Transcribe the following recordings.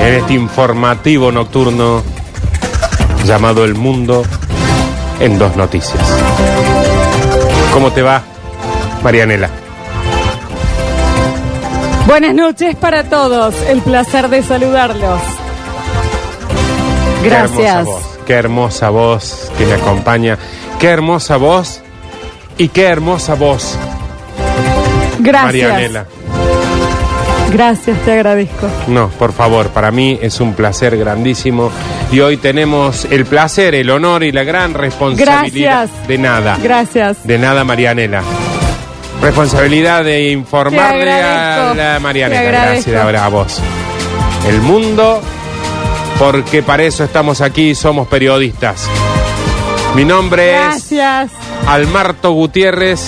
en este informativo nocturno llamado El Mundo en Dos Noticias. ¿Cómo te va, Marianela? Buenas noches para todos. El placer de saludarlos. Qué hermosa Gracias. voz, qué hermosa voz que me acompaña. Qué hermosa voz y qué hermosa voz, Gracias. Marianela. Gracias, te agradezco. No, por favor, para mí es un placer grandísimo y hoy tenemos el placer, el honor y la gran responsabilidad Gracias. de nada. Gracias. De nada, Marianela. Responsabilidad de informarle Te a agradezco. la Marianela. Te agradezco. Gracias ahora a vos. El mundo, porque para eso estamos aquí, somos periodistas. Mi nombre Gracias. es Almarto Gutiérrez,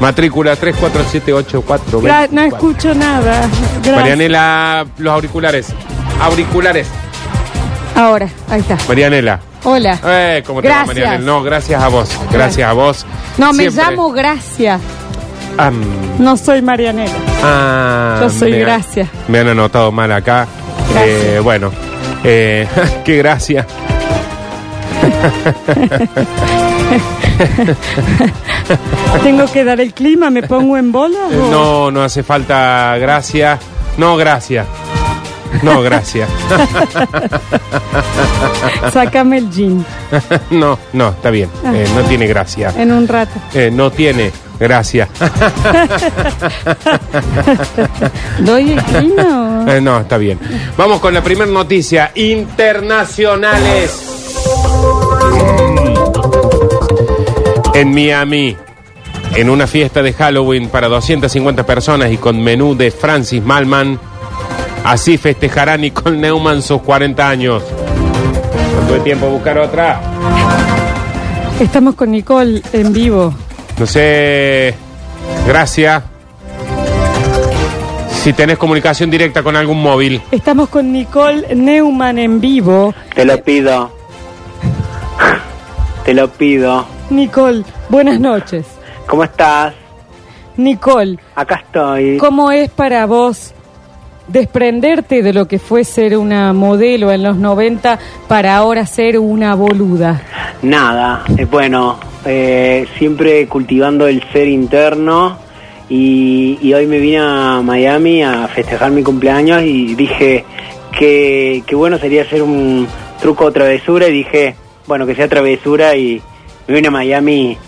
matrícula 347844. Gra- no escucho nada. Gracias. Marianela, los auriculares. Auriculares. Ahora, ahí está. Marianela. Hola. Eh, ¿cómo te va, Gracias. Marianela? No, gracias a vos. Gracias a vos. No, me Siempre. llamo Gracia. Am. No soy Marianela. Ah, Yo soy me han- Gracia. me han anotado mal acá. Gracias. Eh, bueno, eh, qué gracia. Tengo que dar el clima, me pongo en bola. Eh, o- No, no hace falta gracia. No, gracia. No, gracia. Sácame el jean no, no, está bien. Eh, Ah. no tiene gracia. en un rato. Eh, no tiene gracia. ¿Doy el clima? o- Eh, no, está bien. Vamos con la primera noticia. Internacionales. Mm. En Miami, en una fiesta de Halloween para 250 personas y con menú de Francis Malman, así festejará Nicole Neumann sus 40 años. No tuve tiempo a buscar otra. Estamos con Nicole en vivo. No sé. Gracias. Si tenés comunicación directa con algún móvil. Estamos con Nicole Neumann en vivo. Te lo pido. Te lo pido. Nicole, buenas noches. ¿Cómo estás? Nicole, Acá estoy. ¿cómo es para vos desprenderte de lo que fue ser una modelo en los 90 para ahora ser una boluda? Nada. eh, bueno, eh, siempre cultivando el ser interno. Y, y hoy me vine a Miami a festejar mi cumpleaños y dije que, que bueno sería hacer un truco o travesura. Y dije, bueno, que sea travesura y me vine a Miami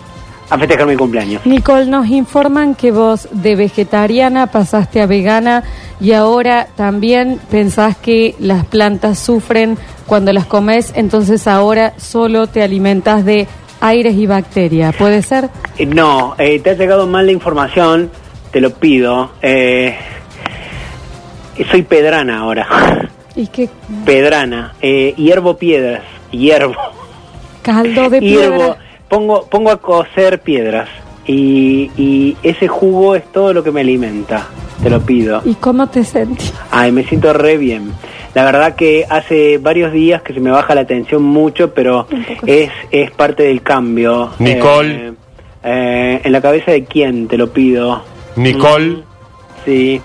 a festejar mi cumpleaños. Nicole, nos informan que vos de vegetariana pasaste a vegana y ahora también pensás que las plantas sufren cuando las comes, entonces ahora solo te alimentas de aires y bacteria. ¿Puede ser? Eh, No, eh, te ha llegado mal la información, te lo pido. eh, soy pedrana ahora. ¿Y qué Pedrana. Eh, hiervo piedras. Hiervo. caldo de Hiervo. piedra? Pongo, pongo a cocer piedras. Y, y ese jugo es todo lo que me alimenta. Te lo pido. ¿Y cómo te sentís? Ay, me siento re bien. La verdad que hace varios días que se me baja la tensión mucho, pero es, es parte del cambio. Nicole. Eh, eh, ¿En la cabeza de quién? Te lo pido. Mm, Nicole. Sí.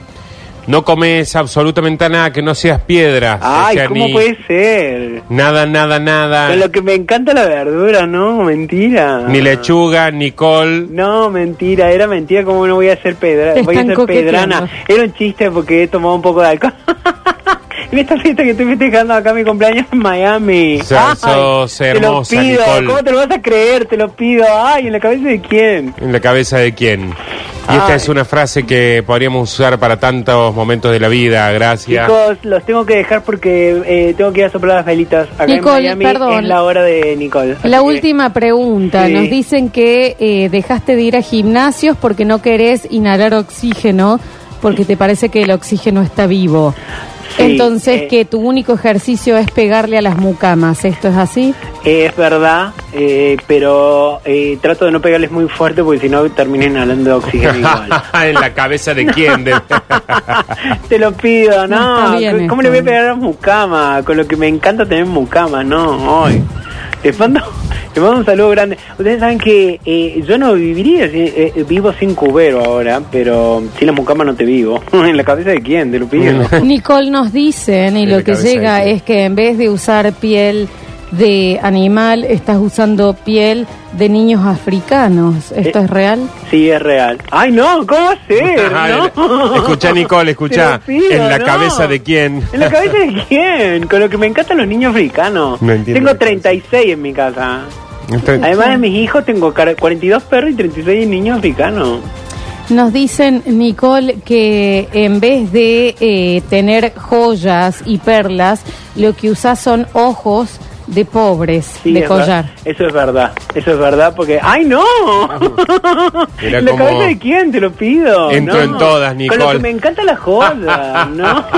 No comes absolutamente nada que no seas piedra. Ay, o sea, ¿cómo ni- puede ser? Nada, nada, nada. Con lo que me encanta la verdura, ¿no? Mentira. Ah. Ni lechuga, ni col. No, mentira, era mentira, ¿cómo no voy a ser pedra Te voy a están ser pedrana? coqueteando. Era un chiste porque he tomado un poco de alcohol. en esta fiesta que estoy festejando acá mi cumpleaños en Miami. Sos- sos hermosa, te lo pido, Nicole. ¿cómo te lo vas a creer? Te lo pido. Ay, ¿en la cabeza de quién? ¿En la cabeza de quién? Y esta Ay. es una frase que podríamos usar para tantos momentos de la vida. Gracias. Chicos, los tengo que dejar porque eh, tengo que ir a soplar las velitas. Acá Nicole, en Miami perdón. es la hora de Nicole. así La que- última pregunta. Sí. Nos dicen que eh, dejaste de ir a gimnasios porque no querés inhalar oxígeno, porque te parece que el oxígeno está vivo. Sí, Entonces, eh. que tu único ejercicio es pegarle a las mucamas. ¿Esto es así? Eh, es verdad, eh, pero eh, trato de no pegarles muy fuerte porque si no terminen hablando de oxígeno igual. ¿En la cabeza de quién? De- Te lo pido, No, no. está bien ¿Cómo le voy a esto. eh. pegar a mucama? Con lo que me encanta tener mucama, no, hoy. Les mando, les mando un saludo grande. Ustedes saben que eh, yo no viviría, si- eh, eh, vivo sin cubero ahora, pero sin la mucama no te vivo. ¿En la cabeza de quién? De Lupillo. ¿no? Nicole nos dicen, y Sí, lo de que cabeza llega dice. es que en vez de usar piel de animal, estás usando piel de niños africanos. ¿Esto Eh, es real? Sí, es real. ¡Ay, no! ¿Cómo va a ser? Ajá, No. Escuchá, Nicole, escuchá. Te lo pido, ¿En la no. cabeza de quién? ¿En la cabeza de quién? Con lo que me encantan los niños africanos. No entiendo tengo la cabeza. 36 en mi casa. Entonces, Además de mis hijos, tengo cara- 42 perros y 36 niños africanos. Nos dicen, Nicole, que en vez de eh, tener joyas y perlas, lo que usás son ojos de pobres, Sí, de es collar. ver- Eso es verdad. Eso es verdad porque. ¡Ay, no! Era ¿En ¿La como- cabeza de quién? Te lo pido. Entro no. en todas, Con lo Nicole. que me encanta la joya, ¿no?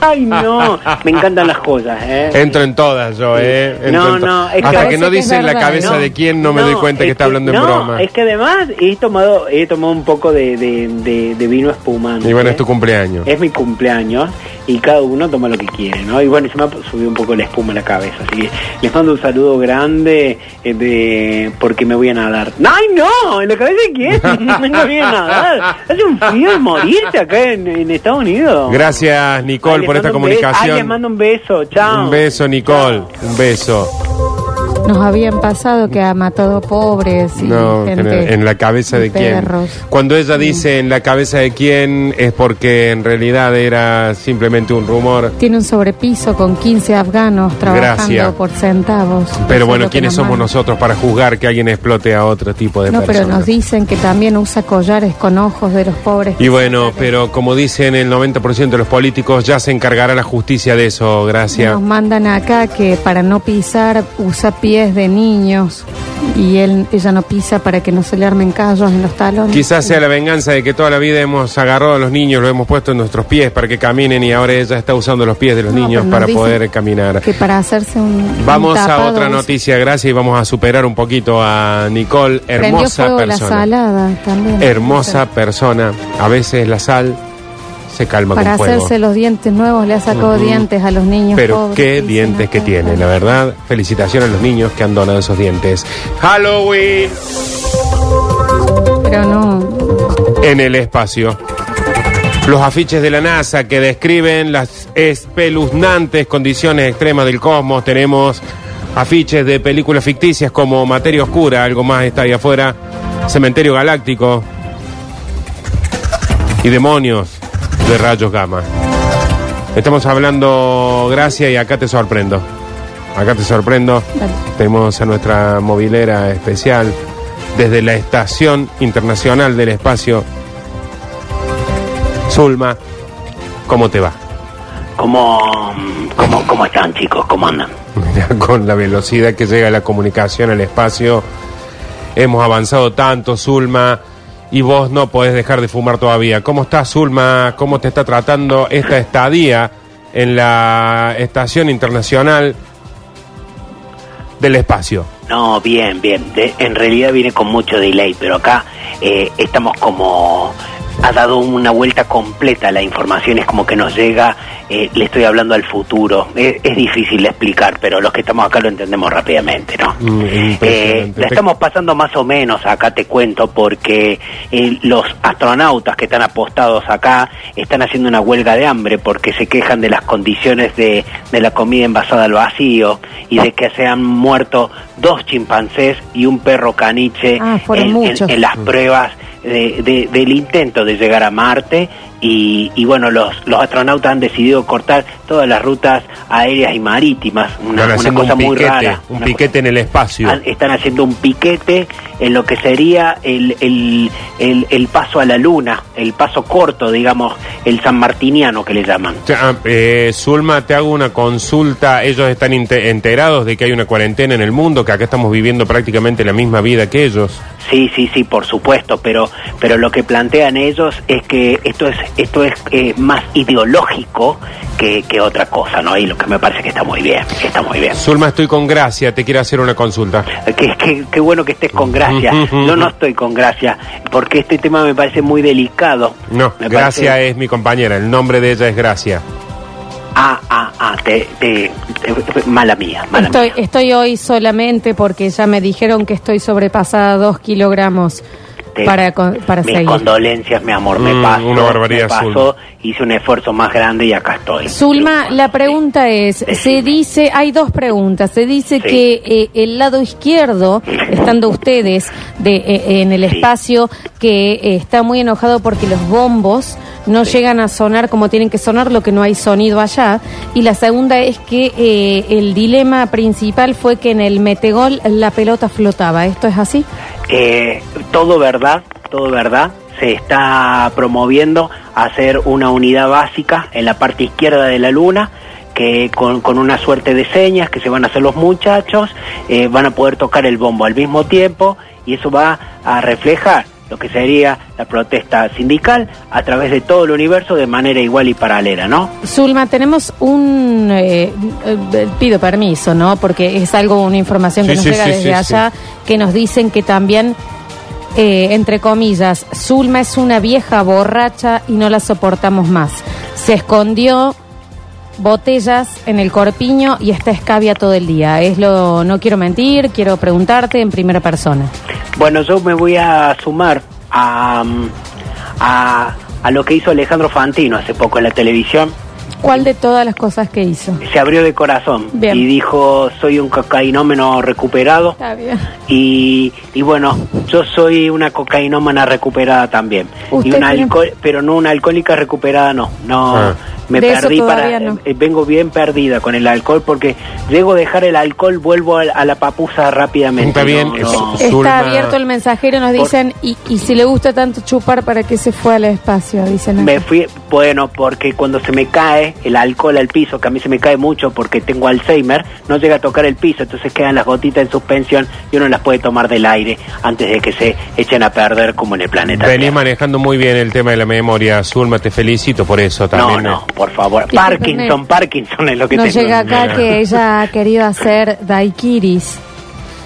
¡Ay, no! Me encantan las joyas, ¿eh? Entro en todas yo, ¿eh? Entro No, en to- no, es que Hasta que, parece no que es dicen la verdad, cabeza ¿no? de quién, no, me doy cuenta es que está hablando en no, broma. Es que además he tomado, he tomado un poco de, de- de- de vino espumante. Y bueno, es tu cumpleaños. Es mi cumpleaños y cada uno toma lo que quiere, ¿no? Y bueno, se me ha subido un poco la espuma a la cabeza, así que les mando un saludo grande eh, de porque me voy a nadar. ¡Ay, no! ¿En la cabeza de quién? me voy a nadar. Hace un frío de morirse acá en, en Estados Unidos. Gracias, Ay, Nicole, les por esta mando un beso. Ay, les comunicación. mando un beso. Chao. Un beso, Nicole. Un beso. Nos habían pasado que ha matado pobres y No, que gente. no, en la cabeza de quién. perros. Cuando ella dice en la cabeza de quién es porque en realidad era simplemente un rumor. Tiene un sobrepiso con 15 afganos trabajando Gracias. por centavos. Eso es Pero lo bueno, que ¿quiénes nos somos mandan. nosotros para juzgar que alguien explote a otro tipo de No, personas? pero nos dicen que también usa collares con ojos de los pobres. Y bueno, pero como dicen el 90% de los políticos, ya se encargará la justicia de eso, gracias. Nos mandan acá que para no pisar usa pies de niños y él ella no pisa para que no se le armen callos en los talones. Quizás sea la venganza de que toda la vida hemos agarrado a los niños, lo hemos puesto en nuestros pies para que caminen y ahora ella está usando los pies de los No, niños pero nos para dicen poder caminar. Que para hacerse un. Vamos un a tapado otra usa- noticia, gracias, y vamos a superar un poquito a Nicole, Prendió hermosa fuego la persona. salada también. Hermosa persona. A veces la sal se calma Para con fuego. hacerse los dientes nuevos le ha sacado dientes a los niños. Pero pobres, qué dicen dientes que acá. tiene, la verdad. Felicitaciones a los niños que han donado esos dientes. Halloween Pero no. en el espacio. Los afiches de la NASA que describen las espeluznantes condiciones extremas del cosmos. Tenemos afiches de películas ficticias como Materia Oscura, algo más está ahí afuera, Cementerio Galáctico y Demonios de Rayos Gamma. Estamos hablando, gracias, y acá te sorprendo. Acá te sorprendo. Dale. Tenemos a nuestra movilera especial desde la Estación Internacional del Espacio. Zulma, ¿cómo te va? ¿Cómo, cómo, ¿Cómo están, chicos? ¿Cómo andan? Mirá, con la velocidad que llega la comunicación al espacio, hemos avanzado tanto, Zulma, y vos no podés dejar de fumar todavía. ¿Cómo estás, Zulma? ¿Cómo te está tratando esta estadía en la Estación Internacional del Espacio? No, bien, bien. De- en realidad viene con mucho delay, pero acá eh, estamos como... Ha dado una vuelta completa la información, es como que nos llega, eh, le estoy hablando al futuro. Es, es difícil de explicar, pero los que estamos acá lo entendemos rápidamente, ¿no? Mm, impresionante. Eh, la Te- estamos pasando más o menos acá, te cuento, porque eh, los astronautas que están apostados acá están haciendo una huelga de hambre porque se quejan de las condiciones de, de la comida envasada al vacío y de que se han muerto dos chimpancés y un perro caniche Ah, fueron en- en, muchos. en Mm. las pruebas de- de- del intento de llegar a Marte. Y, y bueno, los, los astronautas han decidido cortar todas las rutas aéreas y marítimas, una, Están una haciendo cosa Ah, eh. un muy piquete, rara. un una piquete en el espacio. han- están haciendo un piquete en lo que sería el, el- el- el paso a la luna, el paso corto, digamos, el san martiniano que le llaman. Te- ah, eh, Zulma, te hago una consulta. Ellos están inte- enterados de que hay una cuarentena en el mundo, que acá estamos viviendo prácticamente la misma vida que ellos. Sí, sí, sí, por supuesto, pero, pero lo que plantean ellos es que esto es, esto es eh, más ideológico que, que otra cosa, ¿no? Y lo que me parece que está muy bien, que está muy bien. Zulma, estoy con Gracia, te quiero hacer una consulta. Qué, qué- qué bueno que estés con gracia. No, no estoy con gracia, porque este tema me parece muy delicado. No, Me Gracia parece- es mi compañera, el nombre de ella es Gracia. Ah, ah, ah, te- te- te- mala mía, mala Estoy, mía. estoy hoy solamente porque ya me dijeron que estoy sobrepasada dos kilogramos Te- para, con- para mis seguir. condolencias, mi amor, me Mm, pasó. una barbaridad, me pasó, Zulma. hice un esfuerzo más grande y acá estoy. Zulma, la pregunta es, se Decime. dice, hay dos preguntas, se dice Sí. que eh, el lado izquierdo, estando ustedes de, eh, en el Sí. espacio, que eh, está muy enojado porque los bombos no llegan a sonar como tienen que sonar, lo que no hay sonido allá, y la segunda es que eh, el dilema principal fue que en el metegol la pelota flotaba, ¿esto es así? Eh, todo verdad, todo verdad. Se está promoviendo hacer una unidad básica en la parte izquierda de la luna, que con, con una suerte de señas que se van a hacer los muchachos, eh, van a poder tocar el bombo al mismo tiempo y eso va a reflejar lo que sería la protesta sindical a través de todo el universo de manera igual y paralela, ¿no? Zulma, tenemos un. eh, eh, pido permiso, ¿no? Porque es algo, una información Sí, que nos sí, llega sí, desde sí, allá, que nos dicen que también, eh, entre comillas, Zulma es una vieja borracha y no la soportamos más. Se escondió botellas en el corpiño y está escabia todo el día. Es lo. No quiero mentir, quiero preguntarte en primera persona. Bueno, yo me voy a sumar a, mm, a, a lo que hizo Alejandro Fantino hace poco en la televisión. ¿Cuál de todas las cosas que hizo? Se abrió de corazón Bien. y dijo, soy un cocainómeno recuperado. Está bien. Y, y bueno, yo soy una cocainómana recuperada también. Y Usted una tiene- alcohol- pero no una alcohólica recuperada, no. No, Ah. me De eso perdí todavía para. no. eh, vengo bien perdida con el alcohol porque llego a dejar el alcohol, vuelvo a, a la papusa rápidamente. Está bien, No, es- no. es- Zulma- Está abierto el mensajero, nos Por- dicen, y, y si le gusta tanto chupar, ¿para qué se fue al espacio? Dicen. acá. Me fui, bueno, porque cuando se me cae el alcohol al piso, que a mí se me cae mucho porque tengo Alzheimer, no llega a tocar el piso, entonces quedan las gotitas en suspensión y uno las puede tomar del aire antes de que se echen a perder como en el planeta. Venís Tierra. manejando muy bien el tema de la memoria, Zulma, te felicito por eso No, también. no, por favor. Discúlpeme. Parkinson, Parkinson es lo que Nos tengo. llega acá Mira. que ella ha querido hacer daiquiris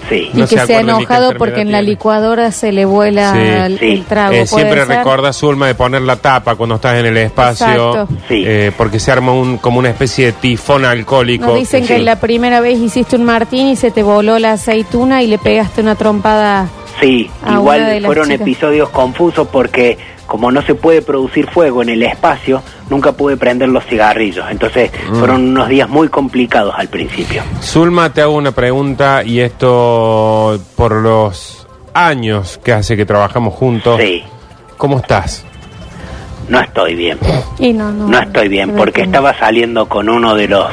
Sí. y No que se se, ha acuerda ni qué enojado enfermedad porque en la tiene. licuadora se le vuela Sí. el, Sí. el trago. Eh, ¿puede siempre ser? recuerda, Zulma, de poner la tapa cuando estás en el espacio, Exacto. Sí. eh, porque se arma un, como una especie de tifón alcohólico. Nos dicen que Sí. la primera vez hiciste un martín y se te voló la aceituna y le pegaste una trompada. Sí, A una de igual las fueron chicas. episodios confusos porque como no se puede producir fuego en el espacio, nunca pude prender los cigarrillos. Entonces fueron unos días muy complicados al principio. Zulma, te hago una pregunta y esto por los años que hace que trabajamos juntos. Sí, ¿Cómo estás? no estoy bien. Y no, no. No estoy bien porque estaba saliendo con uno de los,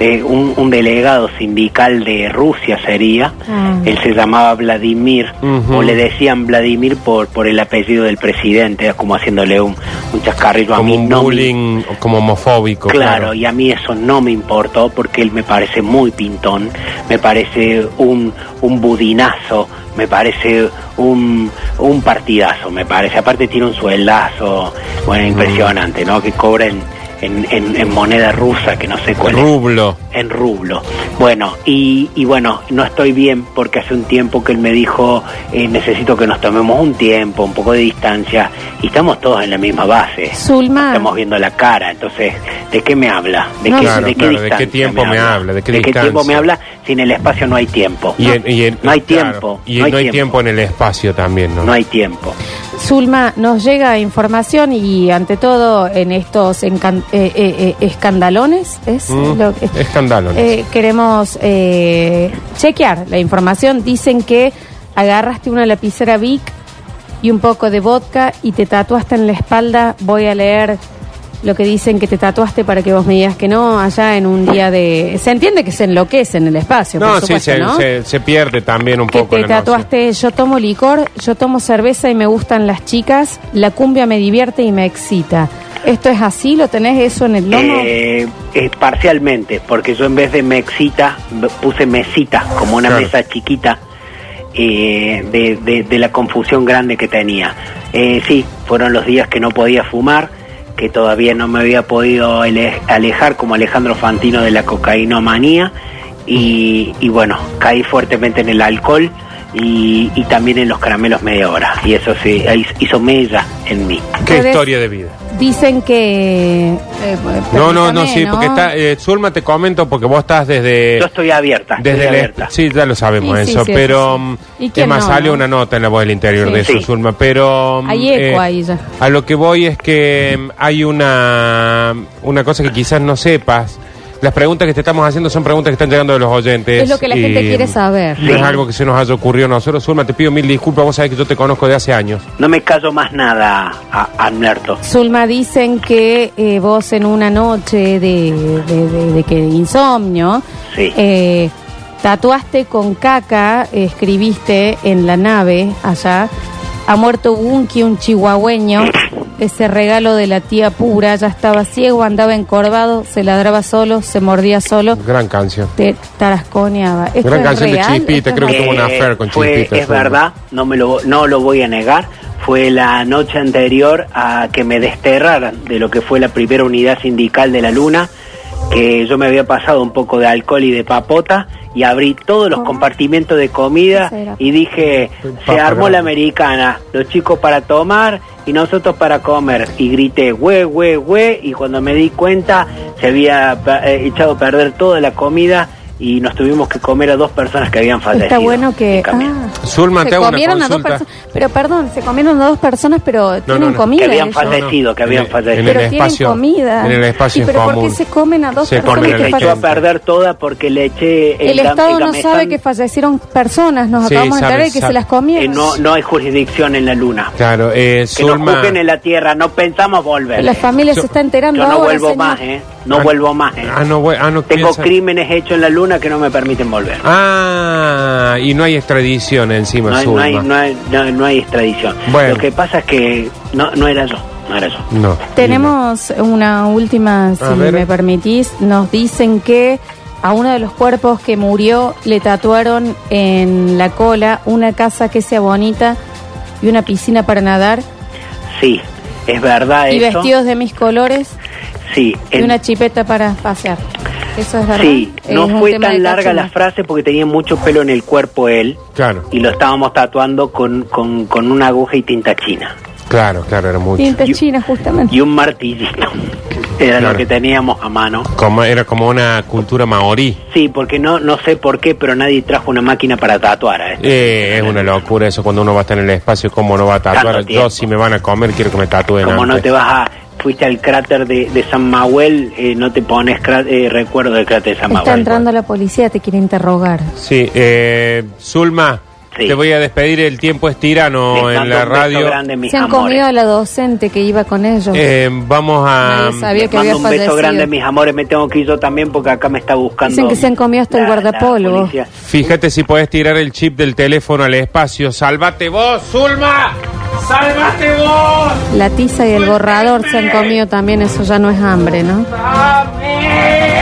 de un, un delegado sindical de Rusia sería. Ah. Él se llamaba Vladimir Ujú. o le decían Vladimir por por el apellido del presidente, como haciéndole un, un chascarrillo a como mí. un no me- bullying, como homofóbico. Claro, y a mí eso no me importó porque él me parece muy pintón, me parece un, un budinazo, me parece un, un partidazo, me parece. Aparte tiene un sueldazo, bueno, impresionante, ¿no? Que cobra en, en- en- en moneda rusa, que no sé cuál es. Rublo. En rublo. Bueno, y, y bueno, no estoy bien porque hace un tiempo que él me dijo, eh, necesito que nos tomemos un tiempo, un poco de distancia, y estamos todos en la misma base. Ah. Zulma. Estamos viendo la cara, entonces, ¿de qué me habla? ¿De, No, Claro, qué, claro, ¿de qué distancia tiempo me habla? ¿De qué distancia? tiempo me habla? Sin el espacio no hay tiempo. Y en- y en- no hay claro, tiempo. Y no, hay tiempo. en el espacio también, ¿no? No hay tiempo. Zulma, nos llega información y ante todo en estos encan- eh, eh, eh, escandalones, ¿es? Mm, lo que- escándalos. Eh, queremos eh, chequear la información. Dicen que agarraste una lapicera Vic y un poco de vodka y te tatuaste en la espalda. Voy a leer lo que dicen que te tatuaste para que vos me digas que no, allá en un día de... Se entiende que se enloquece en el espacio, no, por sí, supuesto, se, ¿no? se- se pierde también un que poco. te la noción. tatuaste, yo tomo licor, yo tomo cerveza y me gustan las chicas, la cumbia me divierte y me excita. ¿Esto es así? ¿Lo tenés eso en el lomo? Eh, eh, parcialmente, porque yo en vez de me excita, me- puse mesita, como una Claro. mesa chiquita, eh, de, de- de la confusión grande que tenía. Eh, sí, fueron los días que no podía fumar, que todavía no me había podido ele- alejar como Alejandro Fantino de la cocainomanía, y, y bueno, caí fuertemente en el alcohol. y, y también en los caramelos media hora. Y eso sí, ahí hizo mella en mí. Qué Ustedes- historia de vida. Dicen que... eh, No, no, no, permítame, sí, porque está. eh, Zulma, te comento, porque vos estás desde. Yo estoy abierta, Eh, Desde estoy el- abierta. sí, ya lo sabemos Sí, sí, eso, sí, pero sí, sí. ¿Y mm, quién además no, sale no? una nota en la voz del interior Sí. de eso, Sí. Zulma, pero mm, Hay eco ahí ya. a lo que voy es que mm, hay una una cosa que quizás no sepas. Las preguntas que te estamos haciendo son preguntas que están llegando de los oyentes. mm, Es lo que la gente quiere saber. No es algo que se nos haya ocurrido a nosotros. Zulma, te pido mil disculpas. Vos sabés que yo te conozco de hace años. No me callo más nada, a, a Alberto. Zulma, dicen que eh, vos en una noche de, de- de- de que insomnio, Sí. eh, tatuaste con caca, eh, escribiste en la nave allá, ha muerto Bunky, un chihuahueño, ese regalo de la tía pura, ya estaba ciego, andaba encorvado, se ladraba solo, se mordía solo, Gran canción. te tarasconeaba. ¿Esto Gran es canción de real? Chispita, ¿Esto es creo que real? tuvo una affair con Eh, fue- Chispita, Es fue- verdad, no, me lo, no lo voy a negar. Fue la noche anterior a que me desterraran de lo que fue la primera unidad sindical de la Luna, que yo me había pasado un poco de alcohol y de papota, y abrí todos los ¿Cómo? compartimentos de comida ¿Qué será? y dije, se Papa armó grande. la americana, los chicos para tomar y nosotros para comer. Y grité, güey, güey, güey, y cuando me di cuenta se había eh, echado a perder toda la comida y nos tuvimos que comer a dos personas que habían fallecido. Está bueno que. en camión. ah. Zulma, te se hago una comieron a dos consulta. personas. Pero perdón, se comieron a dos personas, pero tienen no, no. comida. que habían ellos. fallecido, que habían En el- fallecido. en pero el tienen espacio- comida. en el espacio ¿Y pero por común. qué se comen a dos Se personas comen que a la Me echó a gente. fallecieron? perder toda porque le eché El gam- Estado no gamestán, sabe que fallecieron personas. Nos Sí, acabamos de sabe, enterar de que sabe. se las eh, comieron. no, no hay jurisdicción en la luna. Claro, eh, Que nos Zulma. juzguen en la tierra, no pensamos volver. La familia Yo- se está enterando eh, Yo no ahora, vuelvo señor. más, ¿eh? No Ah, vuelvo más, ¿eh? Ah, no, voy- ah, no Tengo piensa- crímenes hechos en la luna que no me permiten volver. Ah, y no hay extradición encima, No hay, no, Zulma. hay, no, hay, no- no hay extradición. Bueno. Lo que pasa es que no, no era yo, no era yo. No. Tenemos una última, si A ver. me permitís. Nos dicen que a uno de los cuerpos que murió le tatuaron en la cola una casa que sea bonita y una piscina para nadar Sí, es verdad y eso. vestidos de mis colores Sí, y en- una chipeta para pasear. Eso es verdad. sí, no Es un fue tema de tan larga cachumba. la frase porque tenía mucho pelo en el cuerpo él Claro, y lo estábamos tatuando con, con, con una aguja y tinta china claro, claro, era mucho. Tinta china, justamente. y un martillito. Era Claro. lo que teníamos a mano. Como, era como una cultura maorí. Sí, porque no no sé por qué, pero nadie trajo una máquina para tatuar a esto. Eh, es una locura eso cuando uno va a estar en el espacio, cómo no va a tatuar. Tanto Yo, tiempo. si me van a comer, quiero que me tatúen. Como no antes. te vas a... Fuiste al cráter de, de San Manuel, eh, no te pones cra- eh, recuerdo del cráter de San Está Manuel. entrando la policía, te quiere interrogar. Sí, eh, Zulma, Sí. te voy a despedir. El tiempo es Les tirano en mando la un beso radio. grande, mis Se han amores. comido a la docente que iba con ellos. Eh, vamos a. mm, Nadie sabía Les que había mando un beso fallecido. grande, mis amores. Me tengo que ir yo también porque acá me está buscando. Dicen que se han comido hasta el guardapolvo. policía. Fíjate si podés tirar el chip del teléfono al espacio. ¡Sálvate vos, Zulma! ¡Sálvate vos! La tiza y el borrador se han comido también, eso ya no es hambre, ¿no? ¡Dame!